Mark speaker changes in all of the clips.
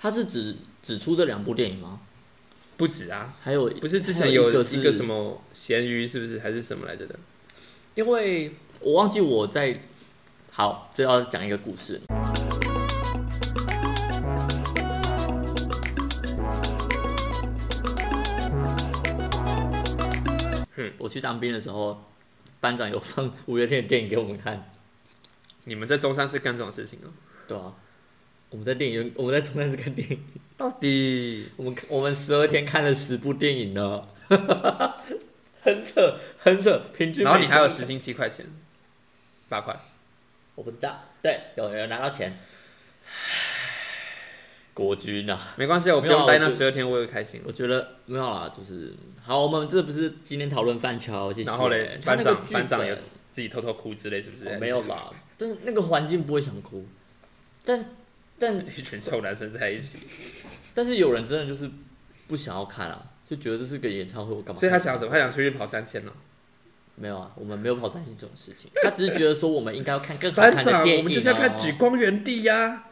Speaker 1: 他是指指出这两部电影吗？
Speaker 2: 不止啊，
Speaker 1: 还有
Speaker 2: 不是之前
Speaker 1: 还有
Speaker 2: 有
Speaker 1: 一个是
Speaker 2: 一个什么咸鱼是不是还是什么来着的？因为
Speaker 1: 我忘记我在好，这要讲一个故事。
Speaker 2: 嗯
Speaker 1: 我去当兵的时候，班长有放五月天的电影给我们看，
Speaker 2: 你们在中山是干这种事情哦、
Speaker 1: 对啊？我们在电影院，我们在中山市看电影，
Speaker 2: 到底
Speaker 1: 我们我们十二天看了十部电影呢， 很扯很扯，平均每
Speaker 2: 然后你还有
Speaker 1: 天
Speaker 2: 时薪七块钱，八块，
Speaker 1: 我不知道，对，有有拿到钱， 国军啊。
Speaker 2: 没关系，啊，我不
Speaker 1: 没有
Speaker 2: 用
Speaker 1: 啊
Speaker 2: 待
Speaker 1: 我
Speaker 2: 那
Speaker 1: 觉
Speaker 2: 十二天，我也开心。
Speaker 1: 我觉得没有啦，就是好，我们这不是今天讨论范畴，谢谢。
Speaker 2: 然后嘞，
Speaker 1: 他
Speaker 2: 班
Speaker 1: 那个
Speaker 2: 长
Speaker 1: 剧
Speaker 2: 班长
Speaker 1: 本
Speaker 2: 有自己偷偷哭之类，是不是？
Speaker 1: 哦没有吧？但是那个环境不会想哭，但但
Speaker 2: 还是，一群臭男生在一起，
Speaker 1: 哦但是有人真的就是不想要看啊，就觉得这是个演唱会，我干嘛看？
Speaker 2: 所以他想什么？他想出去跑三千呢。
Speaker 1: 哦没有啊，我们没有跑三星这种事情， 他只是觉得说我们应该要看更好
Speaker 2: 班
Speaker 1: 看的
Speaker 2: 长，
Speaker 1: 电影、啊
Speaker 2: 我们就是要看《举。光原地》呀。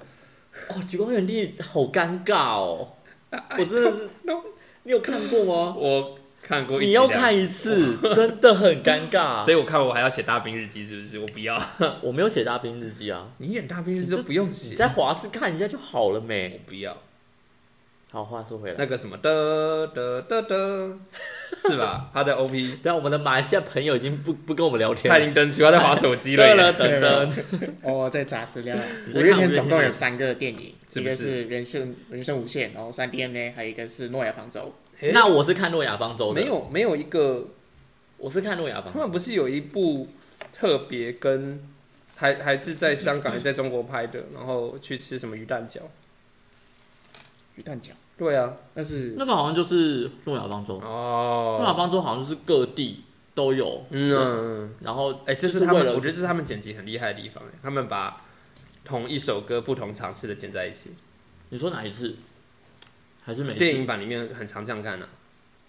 Speaker 1: 哦，举光原地好尴尬哦，
Speaker 2: 啊
Speaker 1: 我真的是
Speaker 2: no，
Speaker 1: 你有看过 吗？
Speaker 2: 我看过一集，
Speaker 1: 你要
Speaker 2: 两
Speaker 1: 看
Speaker 2: 集
Speaker 1: 一啊次，真的很尴 尬。
Speaker 2: 所以我看我还要写大兵日记，是不是？我不要。
Speaker 1: 我没有写大兵日记啊，
Speaker 2: 你演大兵日记
Speaker 1: 你这
Speaker 2: 都不用
Speaker 1: 你
Speaker 2: 写，
Speaker 1: 在华视看一下就好了没
Speaker 2: 我？不要。
Speaker 1: 好，话说回来，
Speaker 2: 那个什么的的的的，是 吧？他的 OP，
Speaker 1: 但我们的马来西亚朋友已经不不跟我们聊天
Speaker 2: 他已
Speaker 1: 了，
Speaker 2: 经登出，他在划手机了
Speaker 1: 对
Speaker 2: 耶。
Speaker 1: 了，等等，
Speaker 3: 哦，在查资料，
Speaker 1: 你
Speaker 3: 五
Speaker 1: 在看
Speaker 3: 月天总
Speaker 1: 五月
Speaker 3: 共
Speaker 1: 天
Speaker 3: 有三个电影，
Speaker 2: 是
Speaker 3: 一
Speaker 2: 不
Speaker 3: 个
Speaker 2: 是
Speaker 3: 是《人生人生无限》，然后三 DNA，还有一个是《诺亚方舟
Speaker 2: 诶
Speaker 1: 那我是看诺亚方舟的，
Speaker 2: 没，有没有一个
Speaker 1: 我是看诺亚方
Speaker 2: 他
Speaker 1: 舟，
Speaker 2: 们不是有一部特别跟还还是在香
Speaker 1: 嗯
Speaker 2: 港，在中国拍的，然后去吃什么鱼蛋饺？》。
Speaker 3: 鱼蛋饺，
Speaker 2: 对啊，
Speaker 3: 那是
Speaker 1: 那个好像就是诺亚方舟，诺亚
Speaker 2: 哦，
Speaker 1: 方舟好像就是各地都有，
Speaker 2: 嗯嗯，
Speaker 1: 然后
Speaker 2: 哎、这
Speaker 1: 就是
Speaker 2: 是他们，
Speaker 1: 为了
Speaker 2: 我觉得这是他们剪辑很厉害的地方，哎他们把同一首歌不同场次的剪在一起。
Speaker 1: 你说哪一次？还是每
Speaker 2: 电
Speaker 1: 次？
Speaker 2: 影版里面很常这样干啊，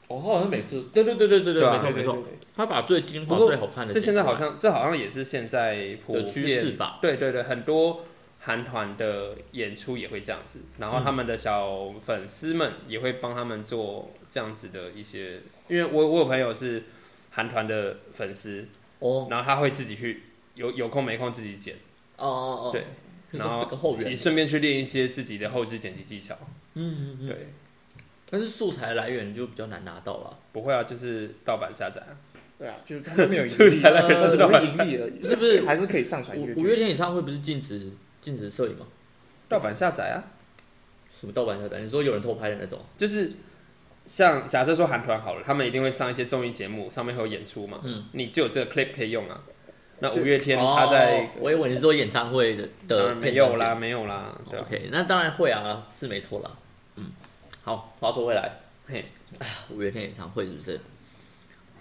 Speaker 1: 哦，好像每次，对对对对对
Speaker 2: 对
Speaker 1: 对，
Speaker 2: 啊
Speaker 1: 没错
Speaker 3: 对
Speaker 1: 没
Speaker 3: 对
Speaker 1: 错
Speaker 3: 对，对
Speaker 1: 他把最精华、
Speaker 2: 不过
Speaker 1: 最好看的剪出来，
Speaker 2: 这现在好像这好像也是现在普
Speaker 1: 的趋势
Speaker 2: 遍，
Speaker 1: 吧？
Speaker 2: 对对对，很多。韩团的演出也会这样子，然后他们的小粉丝们也会帮他们做这样子的一些，因为我我有朋友是韩团的粉丝，
Speaker 1: 哦
Speaker 2: 然后他会自己去有有空没空自己剪，
Speaker 1: 哦哦，哦
Speaker 2: 对，
Speaker 1: 然
Speaker 2: 然后
Speaker 1: 后个后援
Speaker 2: 你，顺便去练一些自己的后置剪辑技巧。
Speaker 1: 嗯嗯嗯，
Speaker 2: 对，
Speaker 1: 但是素材来源就比较难拿到了。
Speaker 2: 不会啊，就是盗版下载啊。
Speaker 3: 对啊，就是 他们没有盈
Speaker 2: 是不是
Speaker 3: 利，啊
Speaker 2: 还来个就是
Speaker 3: 只会
Speaker 2: 乱
Speaker 3: 盈利而已，
Speaker 1: 是不是
Speaker 3: 还是可以上传乐
Speaker 1: 五
Speaker 3: 队
Speaker 1: 五月天演唱会不是禁止禁止摄影吗？
Speaker 2: 盗版下载啊，
Speaker 1: 什么盗版下载？你说有人偷拍的那种？
Speaker 2: 就是像假设说韩团好了，他们一定会上一些综艺节目，上面会有演出嘛，
Speaker 1: 嗯，
Speaker 2: 你就有这个 clip 可以用啊。那
Speaker 3: 就
Speaker 2: 五月天他在、
Speaker 1: 哦我以为你是说演唱会的
Speaker 2: 当
Speaker 1: 的
Speaker 2: 然没
Speaker 1: 片
Speaker 2: 有
Speaker 1: 段
Speaker 2: 啦，没有啦，
Speaker 1: 剪。
Speaker 2: 对啊，
Speaker 1: OK，那当然会啊，是没错啦。嗯，好，话说回来，
Speaker 2: 嘿，
Speaker 1: 啊五月天演唱会是不是？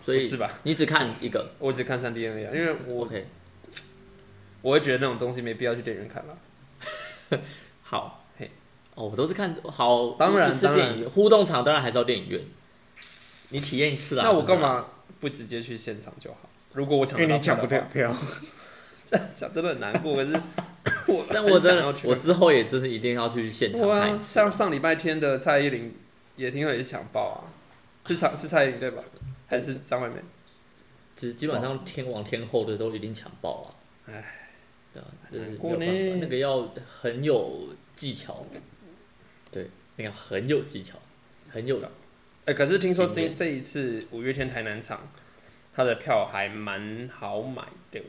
Speaker 1: 所以
Speaker 2: 不是吧？
Speaker 1: 你只看一个
Speaker 2: 我只看三 D N A 啊，因为我
Speaker 1: ，OK，
Speaker 2: 我会觉得那种东西没必要去电影院看了。
Speaker 1: 好，
Speaker 2: 嘿，
Speaker 1: 哦，我都是看好，
Speaker 2: 当然
Speaker 1: 一次电影院互动场当然还是要电影院，你体验一次啊。
Speaker 2: 那我
Speaker 1: 是不是
Speaker 2: 干？嘛不直接去现场就好？如果我抢
Speaker 3: 因
Speaker 2: 得
Speaker 3: 为
Speaker 2: 到
Speaker 3: 你抢不
Speaker 2: 票的
Speaker 3: 到
Speaker 2: 话，
Speaker 3: 票，
Speaker 2: 这样 讲真的很难 过。可是我
Speaker 1: 啊但
Speaker 2: 很
Speaker 1: 我真
Speaker 2: 想
Speaker 1: 的
Speaker 2: 要，去
Speaker 1: 我之后也就是一定要去现场
Speaker 2: 对
Speaker 1: 看一
Speaker 2: 啊，
Speaker 1: 次。
Speaker 2: 像上礼拜天的蔡依林也听说也是抢爆啊，是蔡是蔡依林对吧？还是张惠妹？
Speaker 1: 其实基本上天王天后的都一定抢爆了。
Speaker 2: 唉，
Speaker 1: 对啊，这是没
Speaker 2: 难
Speaker 1: 有
Speaker 2: 过
Speaker 1: 办
Speaker 2: 呢
Speaker 1: 法，那个要很有技巧。对，那个很有技巧，很有
Speaker 2: 是的哎、可是听说
Speaker 1: 经
Speaker 2: 今这一次五月天台南场，他的票还蛮好买的，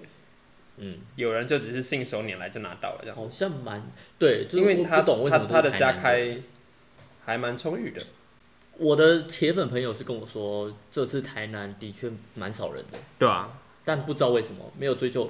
Speaker 1: 嗯，
Speaker 2: 有人就只是信手拈来就拿到了这样，
Speaker 1: 好像蛮对，就是
Speaker 2: 因为
Speaker 1: 我
Speaker 2: 他
Speaker 1: 不懂为
Speaker 2: 他
Speaker 1: 什么
Speaker 2: 他
Speaker 1: 这
Speaker 2: 的
Speaker 1: 是台
Speaker 2: 家
Speaker 1: 南。
Speaker 2: 开还蛮充裕的，
Speaker 1: 我的铁粉朋友是跟我说，这次台南的确蛮少人的，
Speaker 2: 对啊，
Speaker 1: 但不知道为什么没有追究，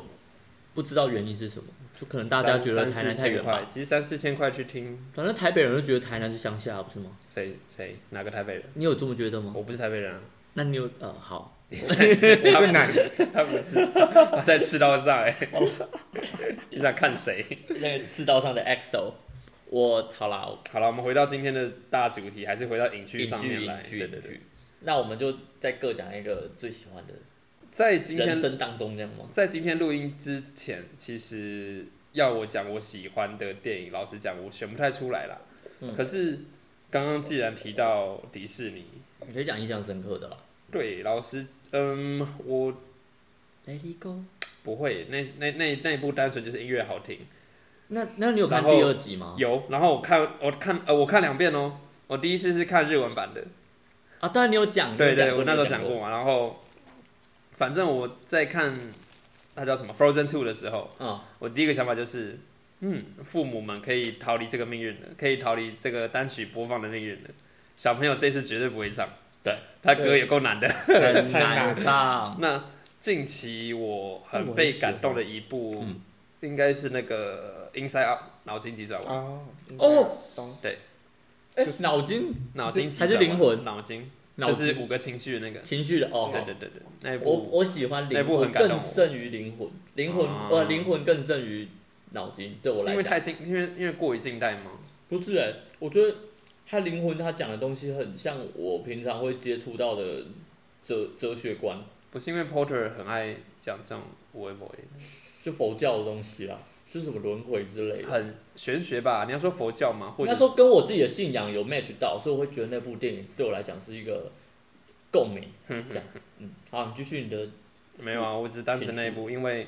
Speaker 1: 不知道原因是什么，就可能大家觉得台南太远吧。
Speaker 2: 其实三四千块去听
Speaker 1: 反正台北人就觉得台南是乡下，不是吗？
Speaker 2: 谁谁哪个台北人？
Speaker 1: 你有这么觉得吗？
Speaker 2: 我不是台北人、啊，
Speaker 1: 那你有呃好，
Speaker 3: 我更难。
Speaker 2: 他不是，他在赤道上哎、 你想看谁？
Speaker 1: 那个赤道上的 EXO，我好啦，
Speaker 2: 好了，我们回到今天的大主题，还是回到影剧
Speaker 1: 影
Speaker 2: 上面
Speaker 1: 剧
Speaker 2: 来。
Speaker 1: 影剧
Speaker 2: 对对
Speaker 1: 影
Speaker 2: 对
Speaker 1: 剧，，那我们就再各讲一个最喜欢的
Speaker 2: 在今
Speaker 1: 人
Speaker 2: 天
Speaker 1: 生当中这样吗？
Speaker 2: 在今天录音之前，其实要我讲我喜欢的电影，老实讲我选不太出来啦。
Speaker 1: 嗯
Speaker 2: 可是刚刚既然提到迪士尼，
Speaker 1: 你可以讲印象深刻的啦。
Speaker 2: 对老师，嗯，我
Speaker 1: Let it go。
Speaker 2: 不会，那那那那一部单纯就是音乐好听。
Speaker 1: 那那你有看
Speaker 2: 然后
Speaker 1: 第二集吗？
Speaker 2: 有，然后我看我看呃我看两遍哦，我第一次是看日文版的，
Speaker 1: 啊，当然你有讲，
Speaker 2: 对
Speaker 1: 你有
Speaker 2: 对，我那时候
Speaker 1: 讲
Speaker 2: 讲
Speaker 1: 过。
Speaker 2: 过嘛，然后反正我在看那叫什么《Frozen Two》的时候，
Speaker 1: 啊，
Speaker 2: 我第一个想法就是，嗯，父母们可以逃离这个命运的，可以逃离这个单曲播放的命运的。小朋友这次绝对不会唱，
Speaker 1: 对
Speaker 2: 他歌也够难的。
Speaker 3: 对
Speaker 1: 很
Speaker 3: 太难
Speaker 1: 难
Speaker 3: 了。
Speaker 1: 上。
Speaker 2: 那近期我
Speaker 1: 那
Speaker 2: 很
Speaker 1: 我
Speaker 2: 被
Speaker 1: 很喜欢
Speaker 2: 感动的一部
Speaker 1: 嗯，
Speaker 2: 应该是那个《Inside Out》脑筋急转
Speaker 1: 啊
Speaker 2: 弯，
Speaker 3: 哦
Speaker 1: 哦，
Speaker 3: 懂，
Speaker 1: 哎
Speaker 3: 就，是
Speaker 1: 脑筋
Speaker 2: 脑筋急
Speaker 1: 还
Speaker 2: 转
Speaker 1: 是
Speaker 2: 弯
Speaker 1: 灵魂
Speaker 2: 脑筋，
Speaker 1: 脑
Speaker 2: 就
Speaker 1: 筋
Speaker 2: 是五个情绪的那个。
Speaker 1: 情绪的哦。
Speaker 2: 对对对对，那一
Speaker 1: 我
Speaker 2: 部
Speaker 1: 我喜欢
Speaker 2: 那
Speaker 1: 灵
Speaker 2: 部很
Speaker 1: 魂
Speaker 2: 感动
Speaker 1: 更
Speaker 2: 我
Speaker 1: 胜于灵魂，灵魂
Speaker 2: 啊
Speaker 1: 呃灵魂更胜于脑筋，对我
Speaker 2: 是因为
Speaker 1: 来讲
Speaker 2: 太近，因为因为过于近代吗？
Speaker 1: 不是哎、我觉得他灵魂他讲的东西很像我平常会接触到的哲哲学观，
Speaker 2: 不是因为 Porter 很爱讲这种无为不为，
Speaker 1: 就佛教的东西啦，就是什么轮回之类的。
Speaker 2: 很玄学吧？你要说佛教嘛，或
Speaker 1: 应
Speaker 2: 者
Speaker 1: 该
Speaker 2: 是
Speaker 1: 说跟我自己的信仰有 match 到，所以我会觉得那部电影对我来讲是一个共鸣。
Speaker 2: 哼哼
Speaker 1: 嗯，好，你继续你的
Speaker 2: 没有啊，我只是单纯那一部，因为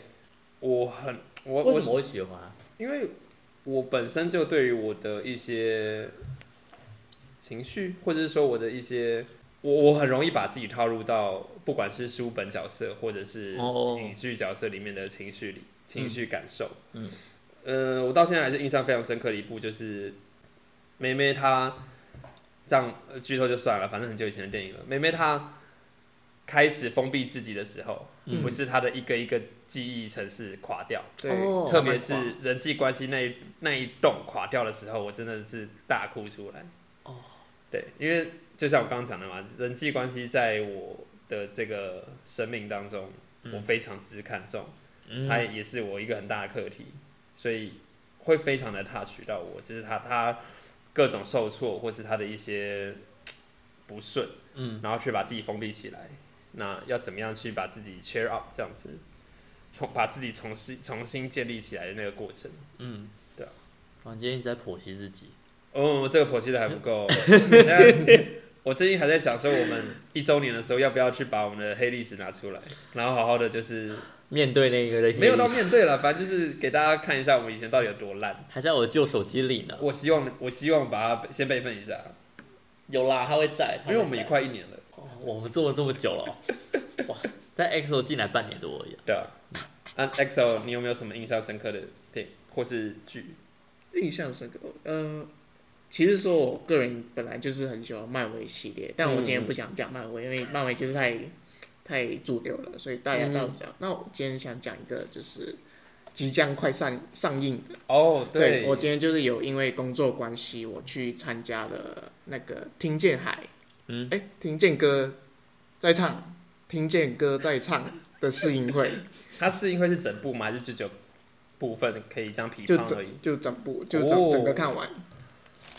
Speaker 2: 我很我
Speaker 1: 为什
Speaker 2: 我
Speaker 1: 么会喜欢啊？
Speaker 2: 因为我本身就对于我的一些情绪，或者是说我的一些，我我很容易把自己套入到不管是书本角色或者是
Speaker 1: 哦
Speaker 2: 影剧角色里面的情绪里情绪感受。
Speaker 1: 嗯，
Speaker 2: 呃，我到现在还是印象非常深刻的一部就是梅梅她这样呃剧透就算了，反正很久以前的电影了。梅梅她开始封闭自己的时候，
Speaker 1: 嗯
Speaker 2: 不是她的一个一个记忆城市垮掉。
Speaker 3: 对，
Speaker 1: 哦
Speaker 2: 特别是人际关系那一那一栋垮掉的时候，我真的是大哭出来。
Speaker 1: 哦，
Speaker 2: 对，因为就像我刚刚讲的嘛，人际关系在我的这个生命当中，
Speaker 1: 嗯
Speaker 2: 我非常之看重，
Speaker 1: 嗯
Speaker 2: 它也是我一个很大的课题，所以会非常的 touch 到我，就是他他各种受挫，或是他的一些不顺，
Speaker 1: 嗯，
Speaker 2: 然后却把自己封闭起来。那要怎么样去把自己 cheer up 这样子，重把自己重新重新建立起来的那个过程？
Speaker 1: 嗯，
Speaker 2: 对啊。
Speaker 1: 我今天一直在剖析自己，
Speaker 2: 哦，这个剖析的还不 够。我现在我最近还在想说，我们一周年的时候要不要去把我们的黑历史拿出来，然后好好的就是
Speaker 1: 面对那个的
Speaker 2: 没有到面对了，反正就是给大家看一下我们以前到底有多烂。
Speaker 1: 还在我的旧手机里呢。
Speaker 2: 我希望我希望把它先备份一下，
Speaker 1: 有啦，他会在，它
Speaker 2: 因
Speaker 1: 会
Speaker 2: 为我们也
Speaker 1: 在
Speaker 2: 快一年了，
Speaker 1: 哦我们做了这么久了 哦，哇，在 EXO 进来半年多而已啊。
Speaker 2: 对啊。那 EXO，你有没有什么印象深刻的电影或是剧？
Speaker 3: 印象深刻。呃，其实说我个人本来就是很喜欢漫威系列，但我今
Speaker 2: 嗯
Speaker 3: 天不想讲漫威，因为漫威就是太太主流了，所以大家都
Speaker 2: 嗯
Speaker 3: 不讲。那我今天想讲一个就是。即将快上上映的，
Speaker 2: 哦，
Speaker 3: 对我今天就是有因为工作关系，我去参加了那个听见海，
Speaker 1: 嗯，
Speaker 3: 哎、听见歌在唱，听见歌在唱的试映会，
Speaker 2: 它是因为是整部吗？还是只有部分可以这样批
Speaker 3: 就嗯
Speaker 2: 判而已
Speaker 3: 整？就整部就整、
Speaker 2: 哦
Speaker 3: 整个看完，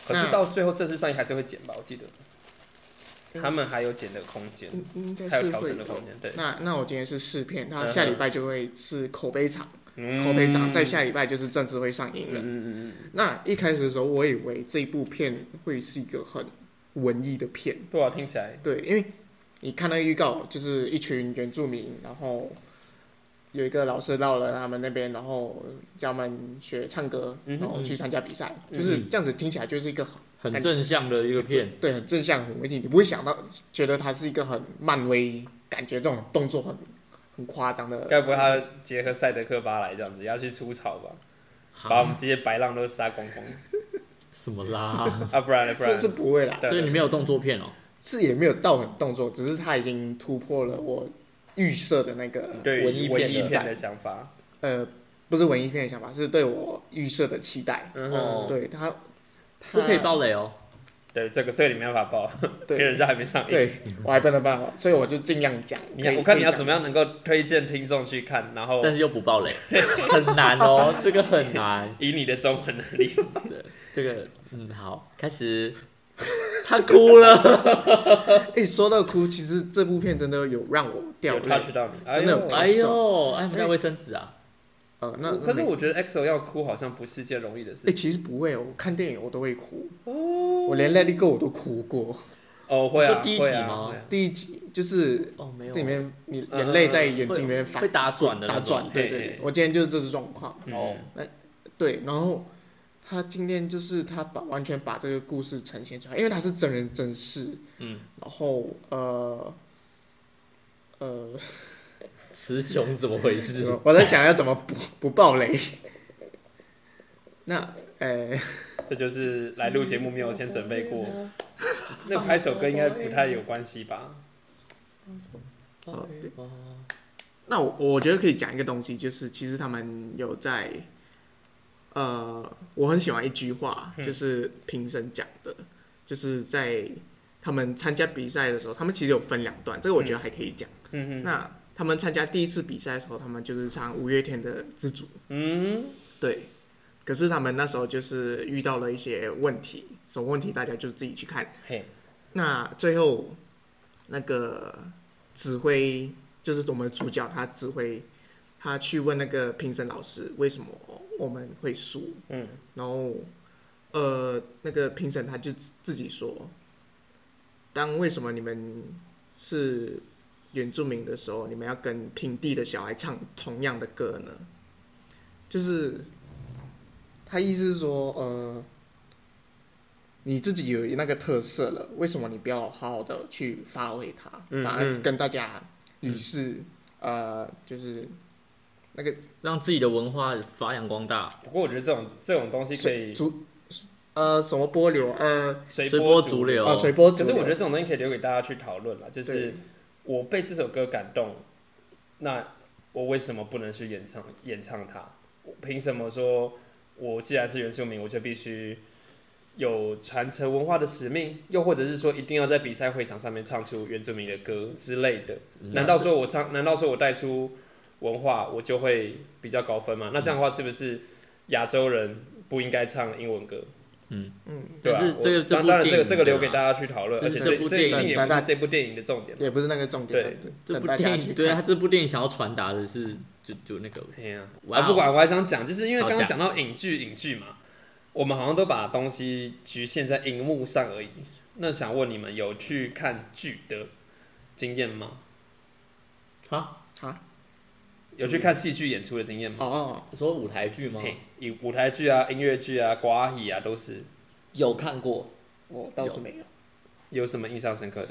Speaker 2: 可是
Speaker 3: 那
Speaker 2: 到最后正式上映还是会剪吧，我记得。
Speaker 3: 嗯
Speaker 2: 他们还有剪的空间，
Speaker 3: 应应该
Speaker 2: 还
Speaker 3: 是
Speaker 2: 有调
Speaker 3: 会
Speaker 2: 整的
Speaker 3: 有
Speaker 2: 空间，对。
Speaker 3: 那那我今天是试片，
Speaker 2: 嗯
Speaker 3: 那
Speaker 2: 哼
Speaker 3: 下礼拜就会是口碑场，
Speaker 2: 嗯
Speaker 3: 口碑场在下礼拜就是正式会上映了。
Speaker 2: 嗯嗯嗯，
Speaker 3: 那一开始的时候，我以为这部片会是一个很文艺的片，
Speaker 2: 对啊，听起来
Speaker 3: 对，因为你看到预告就是一群原住民，然后有一个老师到了他们那边，然后教他们学唱歌，
Speaker 2: 嗯
Speaker 3: 然
Speaker 2: 哼
Speaker 3: 后去参加比赛，
Speaker 2: 嗯
Speaker 3: 就是这样子听起来就是一个很
Speaker 1: 很正向的一个片，
Speaker 3: 对很正向很文艺，你不会想到觉得它是一个很漫威感觉这种动作很很夸张的，
Speaker 2: 该不会他结合赛德克巴莱这样子要去出草吧，把我
Speaker 1: 好，
Speaker 2: 们这些白浪都杀光光
Speaker 1: 什么 啦？
Speaker 2: 啊？不然呢？不然
Speaker 3: 这是不会啦，
Speaker 2: 对
Speaker 1: 所以你没有动作片哦，
Speaker 3: 是也没有到很动作，只是它已经突破了我预设的那个
Speaker 2: 对于
Speaker 1: 文艺片的
Speaker 2: 文艺片的想法，
Speaker 3: 呃，不是文艺片的想法，是对我预设的期待。
Speaker 2: 嗯
Speaker 1: 哦
Speaker 2: 哼，
Speaker 3: 对他，
Speaker 1: 不可以
Speaker 3: 到
Speaker 1: 爆雷哦。
Speaker 2: 对，这个这个你没办法报， 因为
Speaker 3: 对
Speaker 2: 人家还没上映。
Speaker 3: 对，我还不能办法，所以我就尽量讲。
Speaker 2: 哎你
Speaker 3: 可以
Speaker 2: 看，我看你要
Speaker 3: 可以
Speaker 2: 怎么样能够推荐听众去看，然后
Speaker 1: 但是又不爆雷， 很难哦，这个很难，
Speaker 2: 以你的中文能力，
Speaker 1: 这个嗯好，开 始，他哭了，
Speaker 3: 讲？哎、说到哭，其实这部片真的有让我掉
Speaker 2: 有
Speaker 3: 泪。
Speaker 2: touch 到你，哎
Speaker 3: 真的
Speaker 2: 呦
Speaker 3: 有 touch
Speaker 1: 哎呦，哎没带卫生纸啊，
Speaker 3: 呃，那
Speaker 2: 可是
Speaker 3: 那
Speaker 2: 我觉得 EXO 要哭好像不是件容易的
Speaker 3: 哎、
Speaker 2: 事。
Speaker 3: 其实不会哦，我看电影我都会哭，我连《Let It Go》我都哭过。
Speaker 2: 哦，会啊，
Speaker 4: 你说第一
Speaker 2: 会
Speaker 4: 集
Speaker 2: 啊
Speaker 4: 吗
Speaker 2: 会啊啊
Speaker 3: 第一集就是
Speaker 2: 哎
Speaker 4: 哦，没
Speaker 1: 啊
Speaker 4: 有
Speaker 3: 里，面你眼泪
Speaker 2: 呃
Speaker 3: 在眼睛里面反
Speaker 4: 会打转的那
Speaker 3: 打
Speaker 4: 种
Speaker 3: 转，对对
Speaker 2: 嘿嘿
Speaker 3: 对，我今天就是这种状况。
Speaker 1: 哦
Speaker 2: 嗯
Speaker 3: 对，然后他今天就是他把完全把这个故事呈现出来，因为他是真人真事，
Speaker 1: 嗯，
Speaker 3: 然后呃呃，
Speaker 1: 词穷怎么回
Speaker 3: 怎
Speaker 1: 事？
Speaker 3: 么我在想要怎么不不爆雷。 那呃，
Speaker 2: 这 就是来录节目没有先准备过。那拍首歌应该不太有关系吧？
Speaker 3: 哦对那我我觉得可以讲一个东西，就是其实他们有在，呃，我很喜欢一句话，就是评审讲的，就是在他们参加比赛的时候，他们其实有分两段，这个我觉得还可以讲。
Speaker 2: 嗯哼
Speaker 3: 那他们参加第一次比赛的时候，他们就是唱五月天的《自主》，
Speaker 2: 嗯，
Speaker 3: 对。可是他们那时候就是遇到了一些问题，什么问题大家就自己去看。
Speaker 2: 嘿，
Speaker 3: 那最后那个指挥就是我们主角，他指挥他去问那个评审老师为什么我们会输，
Speaker 2: 嗯，
Speaker 3: 然后呃那个评审他就自自己说，当为什么你们是原住民的时候，你们要跟平地的小孩唱同样的歌呢？就是他意思是说，呃。你自己有那个特色了，为什么你不要好好的去发挥它，
Speaker 2: 嗯
Speaker 3: 反而
Speaker 2: 嗯
Speaker 3: 跟大家以示、呃，就是那个
Speaker 4: 让自己的文化发扬光大，
Speaker 2: 不过我觉得这种这种东西可以
Speaker 3: 足呃什么波流呃
Speaker 2: 哦随
Speaker 4: 随波
Speaker 2: 逐
Speaker 4: 逐流
Speaker 3: 呃水波
Speaker 2: 可
Speaker 3: 主流，
Speaker 2: 是我觉得这种东西可以留给大家去讨论了，就是
Speaker 3: 对
Speaker 2: 我被这首歌感动，那我为什么不能去演唱演唱它？我凭什么说我既然是原住民，我就必须有传承文化的使命？又或者是说一定要在比赛会场上面唱出原住民的歌之类的？难道说我唱？难道说我带出文化，我就会比较高分吗？那这样的话，是不是亚洲人不应该唱英文歌？
Speaker 3: 嗯
Speaker 2: 对吧、
Speaker 4: 但是这个
Speaker 2: 我
Speaker 4: 这部
Speaker 2: 当当然，这
Speaker 4: 电
Speaker 2: 个
Speaker 4: 影
Speaker 2: 这个留给
Speaker 4: 啊
Speaker 2: 大家去讨论，
Speaker 4: 这
Speaker 2: 而
Speaker 4: 是
Speaker 2: 且
Speaker 4: 这部
Speaker 2: 这
Speaker 4: 电
Speaker 2: 一定
Speaker 3: 影
Speaker 2: 也
Speaker 3: 但
Speaker 2: 不是
Speaker 3: 大
Speaker 2: 这部电影的重点嘛。
Speaker 3: 也不是那个重点，
Speaker 4: 这
Speaker 3: 等
Speaker 4: 部
Speaker 3: 大家
Speaker 4: 电
Speaker 3: 去
Speaker 4: 影对啊，
Speaker 3: 看
Speaker 4: 他这部电影想要传达的是，就就那个，
Speaker 2: 哎呀，我
Speaker 4: 哇哦
Speaker 2: 不管，我还想讲，就是因为
Speaker 4: 好
Speaker 2: 刚刚
Speaker 4: 讲
Speaker 2: 讲到影剧，影剧嘛，我们好像都把东西局限在荧幕上而已。那想问你们有去看剧的经验吗？
Speaker 1: 哈，
Speaker 3: 啊
Speaker 2: 有去
Speaker 4: 嗯
Speaker 2: 看戏剧演出的经验吗？
Speaker 3: 哦
Speaker 1: 你说舞台剧吗？
Speaker 2: 嘿，以舞台剧啊、音乐剧啊、瓜戏啊，都是
Speaker 1: 有看过，
Speaker 3: 我倒是没有，
Speaker 2: 有什么印象深刻的？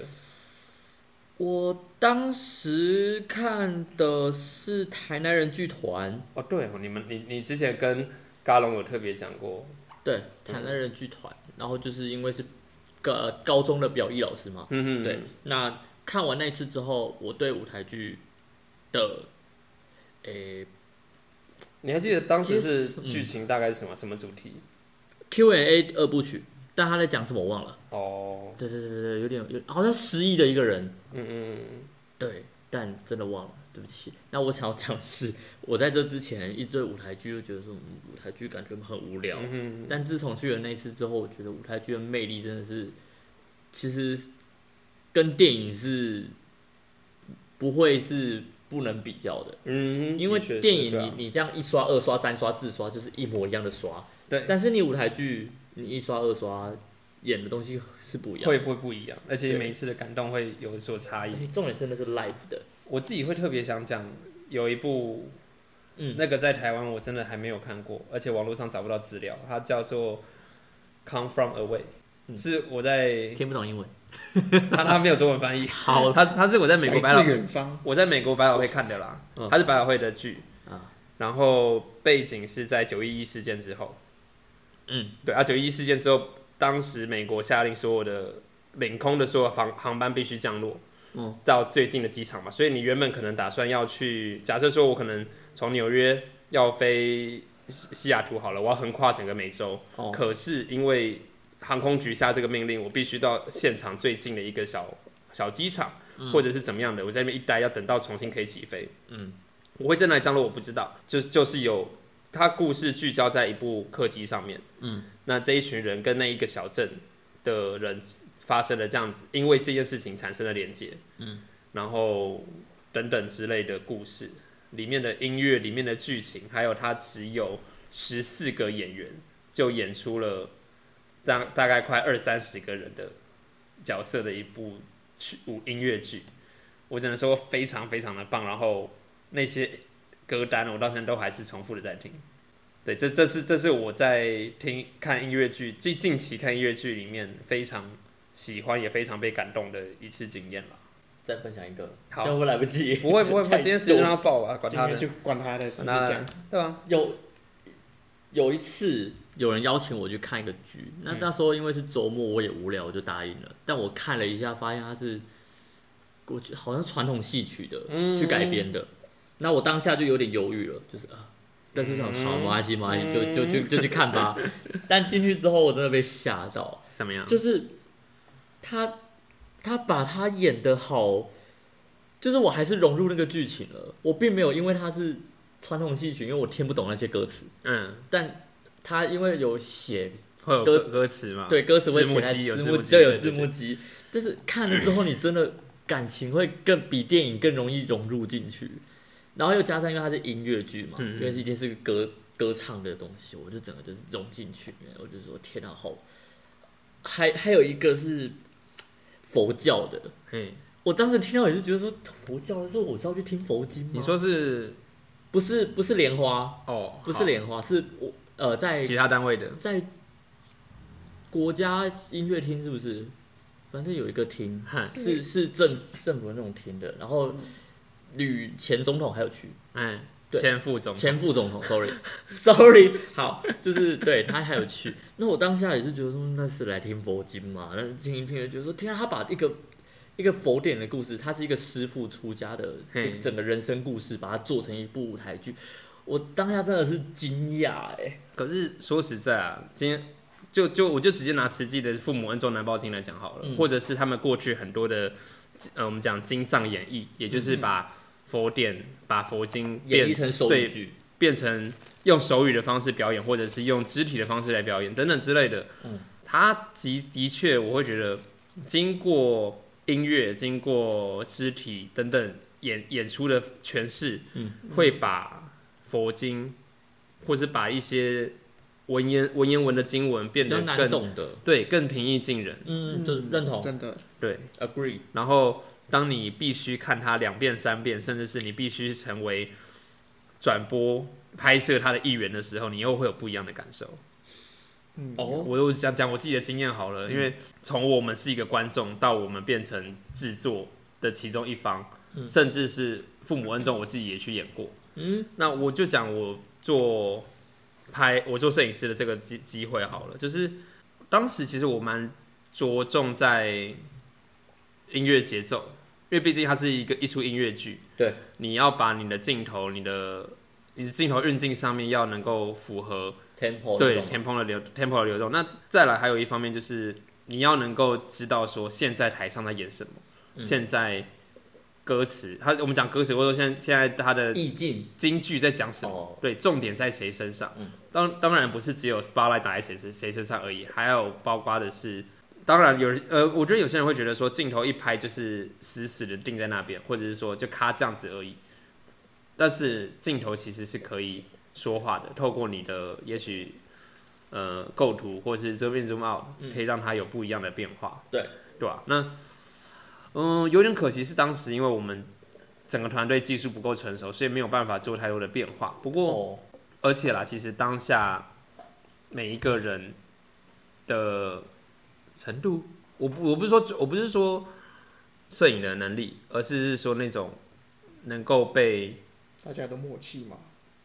Speaker 1: 我当时看的是台南人剧团，
Speaker 2: 哦，对哦，你们你你之前跟嘎龙有特别讲过，
Speaker 1: 对，台南人剧团，然后就是因为是个高中的表艺老师嘛，
Speaker 2: 嗯哼，
Speaker 1: 对，，那看完那一次之后，我对舞台剧的，诶、
Speaker 2: 你还记得当时是
Speaker 1: 其实嗯
Speaker 2: 剧情大概是什么、什么主题？
Speaker 1: Q&A 二部曲，但他在讲什么我忘了。
Speaker 2: 哦，
Speaker 1: 对对对对，有点有好像失忆的一个人，
Speaker 2: 嗯嗯
Speaker 1: 对，但真的忘了，对不起。那我想要讲的是，我在这之前一对舞台剧就觉得说嗯舞台剧感觉很无聊，
Speaker 2: 嗯嗯
Speaker 1: 但自从去了那一次之后，我觉得舞台剧的魅力真的是，其实跟电影是不会是不能比较的。
Speaker 2: 嗯，
Speaker 1: 因为
Speaker 2: 的确是
Speaker 1: 电影
Speaker 2: 对啊
Speaker 1: 你你这样一刷、二刷、三刷、四刷，就是一模一样的刷。
Speaker 2: 对
Speaker 1: 但是你舞台剧，你一刷、二刷演的东西是不一样
Speaker 2: 会
Speaker 1: 的。
Speaker 2: 不会不一样？而且
Speaker 1: 对
Speaker 2: 每一次的感动会有所差异
Speaker 1: 而。且重点是那是 live 的，
Speaker 2: 我自己会特别想讲有一部，
Speaker 1: 嗯
Speaker 2: 那个在台湾我真的还没有看过，而且网络上找不到资料，它叫做《Come From Away》。
Speaker 1: 嗯
Speaker 2: 是我在
Speaker 1: 听不懂英文。
Speaker 2: 他他没有中文翻译，好，他他是我在美国百
Speaker 3: 来
Speaker 2: 老
Speaker 3: 自远方，
Speaker 2: 我在美国百老汇看的啦
Speaker 1: 嗯，
Speaker 2: 它是百老汇的剧
Speaker 1: 啊，
Speaker 2: 然后背景是在九一一事件之后，
Speaker 1: 嗯，
Speaker 2: 对啊，九一一事件之后，当时美国下令所有的领空的所有航航班必须降落，
Speaker 1: 嗯，
Speaker 2: 到最近的机场嘛，所以你原本可能打算要去，假设说我可能从纽约要飞西西雅图好了，我要横跨整个美洲，
Speaker 1: 哦
Speaker 2: 可是因为航空局下这个命令，我必须到现场最近的一个小小机场，或者是怎么样的，我在那边一待要等到重新可以起飞。
Speaker 1: 嗯，
Speaker 2: 我会在哪里降落我不知道，就就是有它故事聚焦在一部客机上面。
Speaker 1: 嗯，
Speaker 2: 那这一群人跟那一个小镇的人发生了这样子，因为这件事情产生了连接。嗯，然后等等之类的故事。里面的音乐、里面的剧情，还有它只有十四个演员就演出了大大概快二三十个人的角色的一部剧舞音乐剧，我只能说非常非常的棒。然后那些歌单我到现在都还是重复的在听。对，这这是这是我在听看音乐剧近近期看音乐剧里面非常喜欢也非常被感动的一次经验了。
Speaker 1: 再分享一个，
Speaker 2: 好
Speaker 1: 这样会来不及。
Speaker 2: 不会不会，不会，今天时间让他爆啊，管
Speaker 3: 今
Speaker 2: 他
Speaker 3: 天
Speaker 2: 的，
Speaker 3: 就管他的，只是
Speaker 2: 管他
Speaker 3: 讲
Speaker 2: 的，对啊，
Speaker 1: 有有一次有人邀请我去看一个剧，
Speaker 2: 嗯
Speaker 1: 那那时候因为是周末，我也无聊，我就答应了。但我看了一下，发现它是我觉得好像传统戏曲的、
Speaker 2: 嗯
Speaker 1: 去改编的。那我当下就有点犹豫了，就是啊，但是想
Speaker 2: 嗯
Speaker 1: 好，没关系，没关系，就就就就去看吧。 但进去之后，我真的被吓到，
Speaker 2: 怎么样？
Speaker 1: 就是他他把他演的好，就是我还是融入那个剧情了，我并没有因为他是传统戏曲，因为我听不懂那些歌词，
Speaker 2: 嗯，
Speaker 1: 但他因为有写
Speaker 2: 会有
Speaker 1: 歌
Speaker 2: 歌歌词嘛？，
Speaker 1: 对歌词会
Speaker 2: 啊字
Speaker 1: 写
Speaker 2: 幕
Speaker 1: 在
Speaker 2: 机有
Speaker 1: 字
Speaker 2: 字
Speaker 1: 幕
Speaker 2: 幕机
Speaker 1: 对有
Speaker 2: 对对
Speaker 1: 字幕机，但是看了之后你真的感情会更比电影更容易融入进去，然后又加上因为它是音乐剧嘛，
Speaker 2: 嗯嗯
Speaker 1: 因为是一定是个歌歌唱的东西，我就整个就是融进去，我就说天啊，好，还还有一个是佛教的。
Speaker 2: 嘿，
Speaker 1: 我当时听到也是觉得说佛教，说我是要去听佛经吗？
Speaker 2: 你说是
Speaker 1: 不是不是莲花，
Speaker 2: 哦，
Speaker 1: 不是
Speaker 2: 好
Speaker 1: 莲花，是我呃在
Speaker 2: 其他单位的，
Speaker 1: 在国家音乐厅是不是？反正有一个厅
Speaker 2: 哼
Speaker 1: 是是政政府的那种厅的，然后吕前总统还有去，
Speaker 2: 嗯，
Speaker 1: 对
Speaker 2: 前副总，
Speaker 1: 前副总统，sorry sorry，好，就是对他还有去。那我当下也是觉得说，那是来听佛经嘛，那听一听就觉得说，天啊，他把一个一个佛典的故事，他是一个师傅出家的这
Speaker 2: 嘿
Speaker 1: 整个人生故事，把它做成一部舞台剧。我当下真的是惊讶哎，
Speaker 2: 可是说实在啊，今天就就我就直接拿慈济的父母恩重男抱亲来讲好了，
Speaker 1: 嗯
Speaker 2: 或者是他们过去很多的，呃，我们讲经藏演义，也就是把佛典、把佛经
Speaker 1: 嗯演绎
Speaker 2: 变
Speaker 1: 成手语
Speaker 2: 对
Speaker 1: 剧，
Speaker 2: 变成用手语的方式表演，或者是用肢体的方式来表演等等之类的。
Speaker 1: 嗯，
Speaker 2: 他的的确，我会觉得经过音乐、经过肢体等等演演出的诠释，
Speaker 1: 嗯，
Speaker 2: 会把佛经或是把一些文言文言文的经文变
Speaker 1: 比较
Speaker 2: 得
Speaker 1: 难
Speaker 2: 更
Speaker 1: 懂的，
Speaker 2: 对更平易近人，
Speaker 1: 嗯，就认同
Speaker 3: 真的，
Speaker 2: 对，
Speaker 1: ，agree，
Speaker 2: 然后当你必须看它两遍、三遍，甚至是你必须成为转播拍摄它的一员的时候，你又会有不一样的感受。
Speaker 3: 嗯，
Speaker 1: 哦
Speaker 2: 我我讲讲我自己的经验好了，因为从我们是一个观众到我们变成制作的其中一方，
Speaker 1: 嗯
Speaker 2: 甚至是父母恩重，我自己也去演过。
Speaker 1: 嗯，
Speaker 2: 那我就讲我做拍我做摄影师的这个机机会好了，就是当时其实我蛮着重在音乐节奏，因为毕竟它是一个一出音乐剧，
Speaker 1: 对，
Speaker 2: 你要把你的镜头、你的你的镜头运镜上面要能够符合
Speaker 1: tempo
Speaker 2: 对
Speaker 1: 那种
Speaker 2: tempo 的流 tempo 的流动。那再来还有一方面就是你要能够知道说现在台上在演什么，
Speaker 1: 嗯
Speaker 2: 现在歌词，他我们讲歌词，或者说现在现在他的
Speaker 1: 意境，
Speaker 2: 京剧在讲什么，
Speaker 1: 哦
Speaker 2: 对，重点在谁身上。
Speaker 1: 嗯
Speaker 2: 当当然不是只有 spotlight 打在谁身谁身上而已，还有包括的是，当然有人呃，我觉得有些人会觉得说镜头一拍就是死死的定在那边，或者是说就咔这样子而已。但是镜头其实是可以说话的，透过你的也许呃构图或是 zoom in zoom out，、
Speaker 1: 嗯
Speaker 2: 可以让它有不一样的变化。
Speaker 1: 对，
Speaker 2: 对吧、那嗯、有点可惜是当时因为我们整个团队技术不够成熟，所以没有办法做太多的变化。不过，
Speaker 1: 哦，
Speaker 2: 而且啦，其实当下每一个人的程度，我不我不是说我不是说摄影的能力，而是是说那种能够被
Speaker 3: 大家都默契嘛，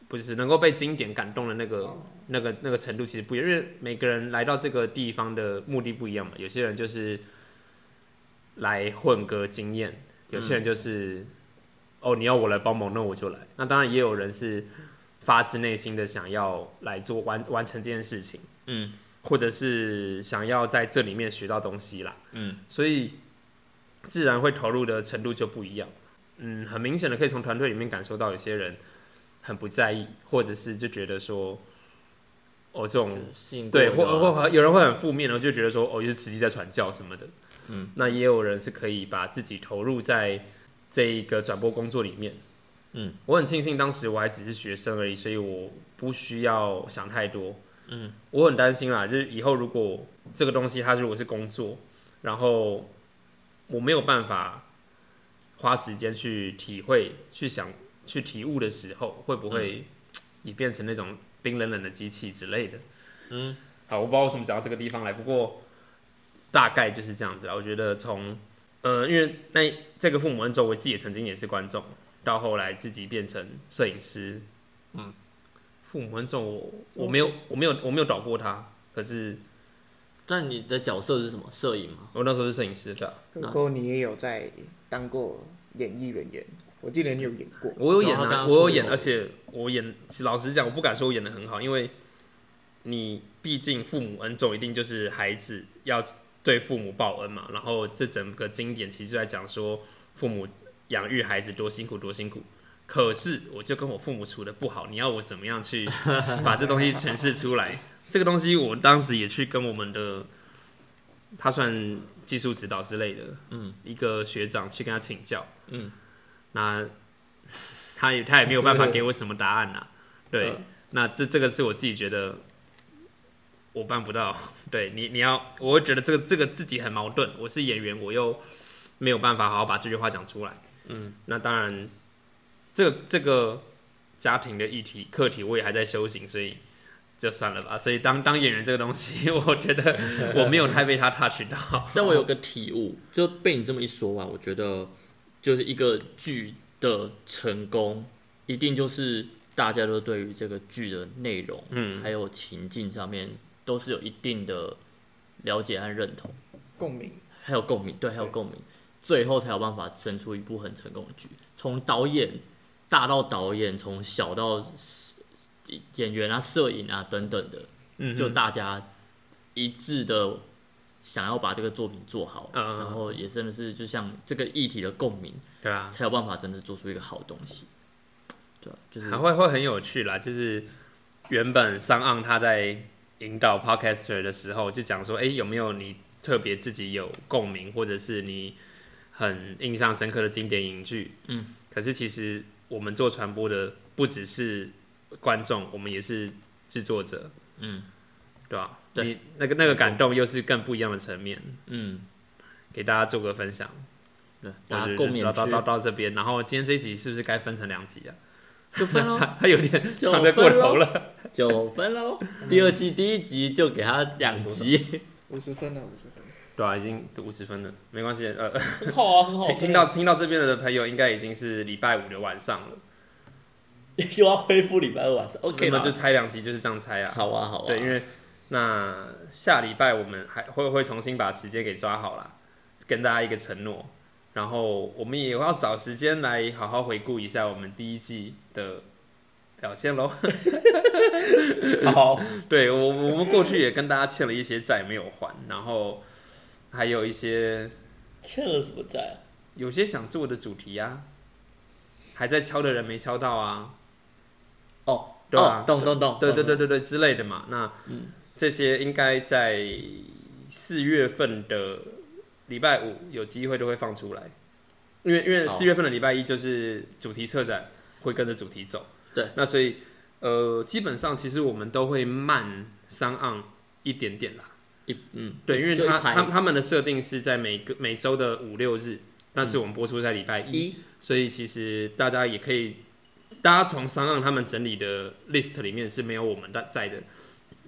Speaker 2: 不是能够被经典感动的那个、
Speaker 3: 哦
Speaker 2: 那个那个程度其实不一样，因为每个人来到这个地方的目的不一样嘛。有些人就是来混个经验，有些人就是、哦你要我来帮忙，那我就来。那当然也有人是发自内心的想要来做完完成这件事情，
Speaker 1: 嗯
Speaker 2: 或者是想要在这里面学到东西啦。
Speaker 1: 嗯，
Speaker 2: 所以自然会投入的程度就不一样。嗯，很明显的可以从团队里面感受到，有些人很不在意，或者是就觉得说，哦，这种
Speaker 1: 就是吸引
Speaker 2: 对，
Speaker 1: 过
Speaker 2: 或
Speaker 1: 人啊
Speaker 2: 或或有人会很负面，然后就觉得说，哦，就是慈济在传教什么的。
Speaker 1: 嗯，
Speaker 2: 那也有人是可以把自己投入在这一个转播工作里面，
Speaker 1: 嗯，
Speaker 2: 我很庆幸当时我还只是学生而已，所以我不需要想太多。嗯，我很担心啦，就是以后如果这个东西它如果是工作，然后我没有办法花时间去体会、去想、去体悟的时候，会不
Speaker 1: 嗯
Speaker 2: 会也变成那种冰冷冷的机器之类的？
Speaker 1: 嗯，
Speaker 2: 好，我不知道为什么讲到这个地方来，不过大概就是这样子啦。我觉得从呃，因为那这个父母恩周，我自己也曾经也是观众，到后来自己变成摄影师，嗯，父母恩周我我没有我没有我没有导过他，可是
Speaker 1: 但你的角色是什么？摄影吗？
Speaker 2: 我那时候是摄影师的，啊
Speaker 3: 不过你也有在当过演艺人员，我记得你有演过。
Speaker 2: 我有演
Speaker 1: 然后
Speaker 2: 啊，
Speaker 1: 大家
Speaker 2: 我有
Speaker 1: 说
Speaker 2: 演，
Speaker 1: 有
Speaker 2: 而且我演，其实老实讲，我不敢说我演的很好，因为你毕竟父母恩重，一定就是孩子要对父母报恩嘛。然后这整个经典其实就在讲说父母养育孩子多辛苦多辛苦。可是我就跟我父母处的不好，你要我怎么样去把这东西诠释出来？这个东西我当时也去跟我们的，他算技术指导之类的，嗯，一个学长去跟他请教，
Speaker 1: 嗯，
Speaker 2: 那 他也他也没有办法给我什么答案呐、对，那这这个是我自己觉得我办不到。 对你你要，我会觉得这个这个自己很矛盾。我是演员，我又没有办法好好把这句话讲出来。嗯，那当然，这个这个家庭的议题课题，我也还在修行，所以。就算了吧，所以当当演员这个东西， 我觉得我没有太被他 touch 到。
Speaker 1: 但我有个体悟，就被你这么一说啊，我觉得就是一个剧的成功，一定就是大家都对于这个剧的内容，
Speaker 2: 嗯
Speaker 1: 还有情境上面都是有一定的了解和认同，
Speaker 3: 共鸣，
Speaker 1: 还有共鸣，对，还有共鸣，最后才有办法生出一部很成功的剧。从导演大到导演，从小到演员啊、摄影啊等等的，
Speaker 2: 嗯
Speaker 1: 就大家一致的想要把这个作品做好，
Speaker 2: 嗯
Speaker 1: 然后也真的是就像这个议题的共鸣，
Speaker 2: 对啊，
Speaker 1: 才有办法真的做出一个好东西。对啊，就是
Speaker 2: 还会会很有趣啦。就是原本上岸他在引导 podcaster 的时候，就讲说，哎、有没有你特别自己有共鸣，或者是你很印象深刻的经典影剧？
Speaker 1: 嗯，
Speaker 2: 可是其实我们做传播的不只是观众，我们也是制作者，
Speaker 1: 嗯
Speaker 2: 对吧？
Speaker 1: 对
Speaker 2: 你那个那个感动又是更不一样的层面，
Speaker 1: 嗯，
Speaker 2: 给大家做个分享。
Speaker 1: 对，
Speaker 2: 我
Speaker 1: 大
Speaker 2: 觉
Speaker 1: 家
Speaker 2: 得
Speaker 1: 共勉
Speaker 2: 到到到
Speaker 1: 区
Speaker 2: 到这边，然后今天这一集是不是该分成两集啊？
Speaker 1: 就分喽，
Speaker 2: 它有点长得过头了。
Speaker 1: 九哦分喽。第二季第一集就给他两集，
Speaker 3: 五十分啊，五十分。
Speaker 2: 对啊，已经五十分了，没关系。呃，
Speaker 1: 很好啊， 很好
Speaker 2: 听到听到这边的朋友，应该已经是礼拜五的晚上了。
Speaker 1: 又要恢复礼拜二晚上，OK
Speaker 2: 那
Speaker 1: 了
Speaker 2: 么就，猜两集，就是这样猜啊。
Speaker 1: 好啊好啊。
Speaker 2: 对，因为那下礼拜我们还会会重新把时间给抓好啦，跟大家一个承诺。然后我们也要找时间来好好回顾一下我们第一季的表现喽。
Speaker 1: 好，
Speaker 2: 对我，我们过去也跟大家欠了一些债没有还，然后还有一些
Speaker 1: 欠了什么债啊？
Speaker 2: 有些想做的主题啊，还在敲的人没敲到啊，
Speaker 1: 哦，
Speaker 2: 对
Speaker 1: 哦
Speaker 2: 啊
Speaker 1: 嗯懂懂懂，
Speaker 2: 对对
Speaker 1: 懂
Speaker 2: 对，对对之类的嘛。那这些应该在四月份的礼拜五有机会都会放出来，因为因为
Speaker 1: 好
Speaker 2: 四月份的礼拜一就是主题策展，会跟着主题走。
Speaker 1: 对，
Speaker 2: 那所以呃，基本上其实我们都会慢上岸一点点啦。
Speaker 1: 一嗯，
Speaker 2: 对，因为
Speaker 1: 就一
Speaker 2: 他
Speaker 1: 排
Speaker 2: 他他们的设定是在每个每周的五六日，但是我们播出在礼拜一，
Speaker 1: 一
Speaker 2: 所以其实大家也可以，大家从商让他们整理的 list 里面是没有我们的在的。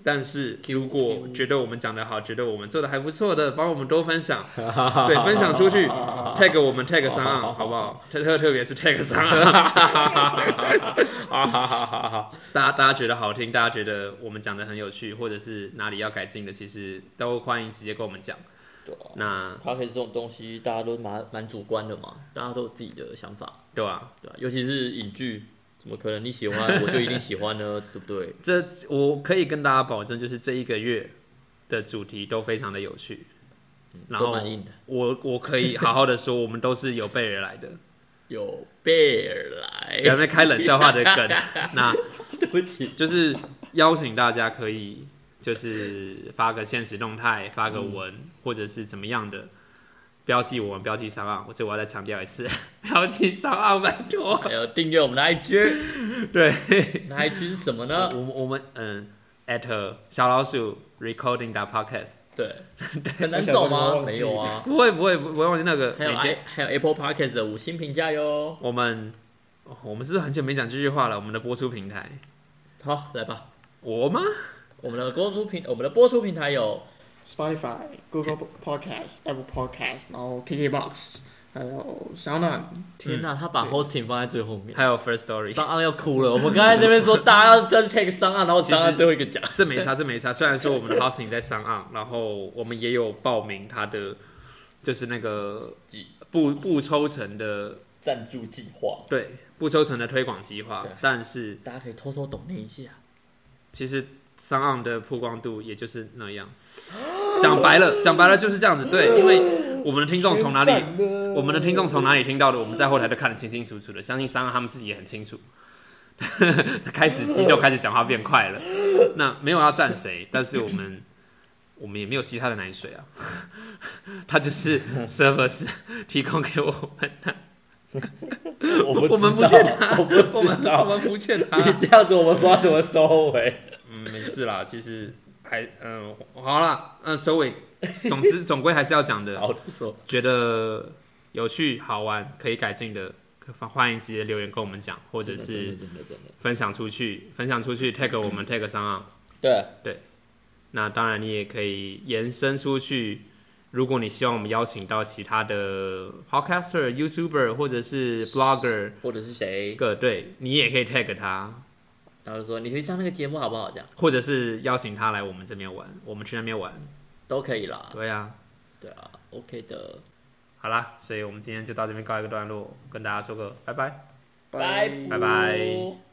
Speaker 2: 但是如果觉得我们讲的好，觉得我们做的还不错的，帮我们多分享，对，分享出去，tag 我们 tag 商岸，好不好？特特特别是 tag 商岸，
Speaker 1: 啊哈哈哈哈，
Speaker 2: 大家大家觉得好听，大家觉得我们讲的很有趣，或者是哪里要改进的，其实都欢迎直接跟我们讲。
Speaker 1: 对啊
Speaker 2: 那
Speaker 1: 他可以这种东西，大家都蛮蛮主观的嘛，大家都有自己的想法，
Speaker 2: 对啊吧、
Speaker 1: 对吧？尤其是影剧，怎么可能你喜欢我就一定喜欢呢？对不对？
Speaker 2: 这我可以跟大家保证，就是这一个月的主题都非常的有趣， 然
Speaker 1: 嗯都
Speaker 2: 后
Speaker 1: 蛮硬的
Speaker 2: 我我可以好好的说，我们都是有备而来 的，
Speaker 1: 有备而
Speaker 2: 不要
Speaker 1: 来，
Speaker 2: 被开冷笑话 的梗。那
Speaker 1: 对不起，
Speaker 2: 就是邀请大家可以就是发个现实动态，发个文，或者是怎么样的，标记我们，标记上岸，我这我要再强调一次， 标记上岸，拜托。
Speaker 1: 还有订阅我们的 IG，
Speaker 2: 对，
Speaker 1: 我们的 IG 是什么
Speaker 2: 我
Speaker 1: 呢？
Speaker 2: 呃我我们嗯，at 小老鼠 recording 打 podcast，
Speaker 1: 对， 很难找
Speaker 3: 我想说
Speaker 1: 吗？
Speaker 3: 我忘记
Speaker 1: 没有啊，
Speaker 2: 不会不会不会忘记那个，
Speaker 1: 还有
Speaker 2: 每天
Speaker 1: i 还有 Apple Podcast 的五星评价哟。
Speaker 2: 我们哦我们是不是很久没讲这句话了？我们的播出平台，
Speaker 1: 好，来吧，
Speaker 2: 我吗？
Speaker 1: 我们的播出平我们的播出平台有
Speaker 3: Spotify、Google Podcast、Apple Podcast，然后 KKBox，还有 SoundOn，
Speaker 1: 天哪、他把 hosting 放在最后 面，
Speaker 2: 还有 first story，
Speaker 1: 上岸要哭了。我们刚才这边说 大家要再 take 上岸，然后上
Speaker 2: 其
Speaker 1: 岸
Speaker 2: 实
Speaker 1: 最后一个讲，
Speaker 2: 这没啥，这没啥。虽然说我们的 hosting 在上岸，然后我们也有报名他的，就是那个不不抽成的，
Speaker 1: 赞助计划，
Speaker 2: 对不抽成的推广计划
Speaker 1: 对。
Speaker 2: 但是
Speaker 1: 大家可以偷偷懂那一下。
Speaker 2: 其实上岸的曝光度也就是那样。讲白了，讲白了就是这样子。对，因为我们的听众从哪里，我们的听众从哪里听到的，我们在后台都看得清清楚楚的。相信上岸他们自己也很清楚。 他开始激动，开始讲话变快了。那没有要赞谁，但是我们我们也没有吸他的奶水啊， 他就是 service 提供给我们的，
Speaker 1: 我
Speaker 2: 我们不欠
Speaker 1: 见
Speaker 2: 他，
Speaker 1: 我
Speaker 2: 我
Speaker 1: 不
Speaker 2: 们
Speaker 1: 知道
Speaker 2: 我。们不欠他。
Speaker 1: 你这样子，我们不知道怎么收尾。
Speaker 2: 嗯，没事啦，其实还嗯、好啦，嗯、收尾，总 之总归还是要讲的，
Speaker 1: 好，就 说
Speaker 2: 觉得有趣好玩可以改进的，可欢迎直接留言跟我们讲，或者是
Speaker 1: 真的真的真的
Speaker 2: 分享出去，分享出去 tag 我们 tag 上啊，
Speaker 1: 对，
Speaker 2: 那当然你也可以延伸出去。如果你希望我们邀请到其他的 podcaster、YouTuber 或者是 blogger，
Speaker 1: 或者是谁
Speaker 2: 一，个对你也可以 tag 他，
Speaker 1: 然后就说你去上那个节目好不好？这样
Speaker 2: 或者是邀请他来我们这边玩，我们去那边玩。
Speaker 1: 都可以啦。
Speaker 2: 对呀、
Speaker 1: 对啊，OK 的，
Speaker 2: 好啦，所以我们今天就到这边告一个段落，跟大家说个拜拜。
Speaker 1: 拜
Speaker 2: 拜拜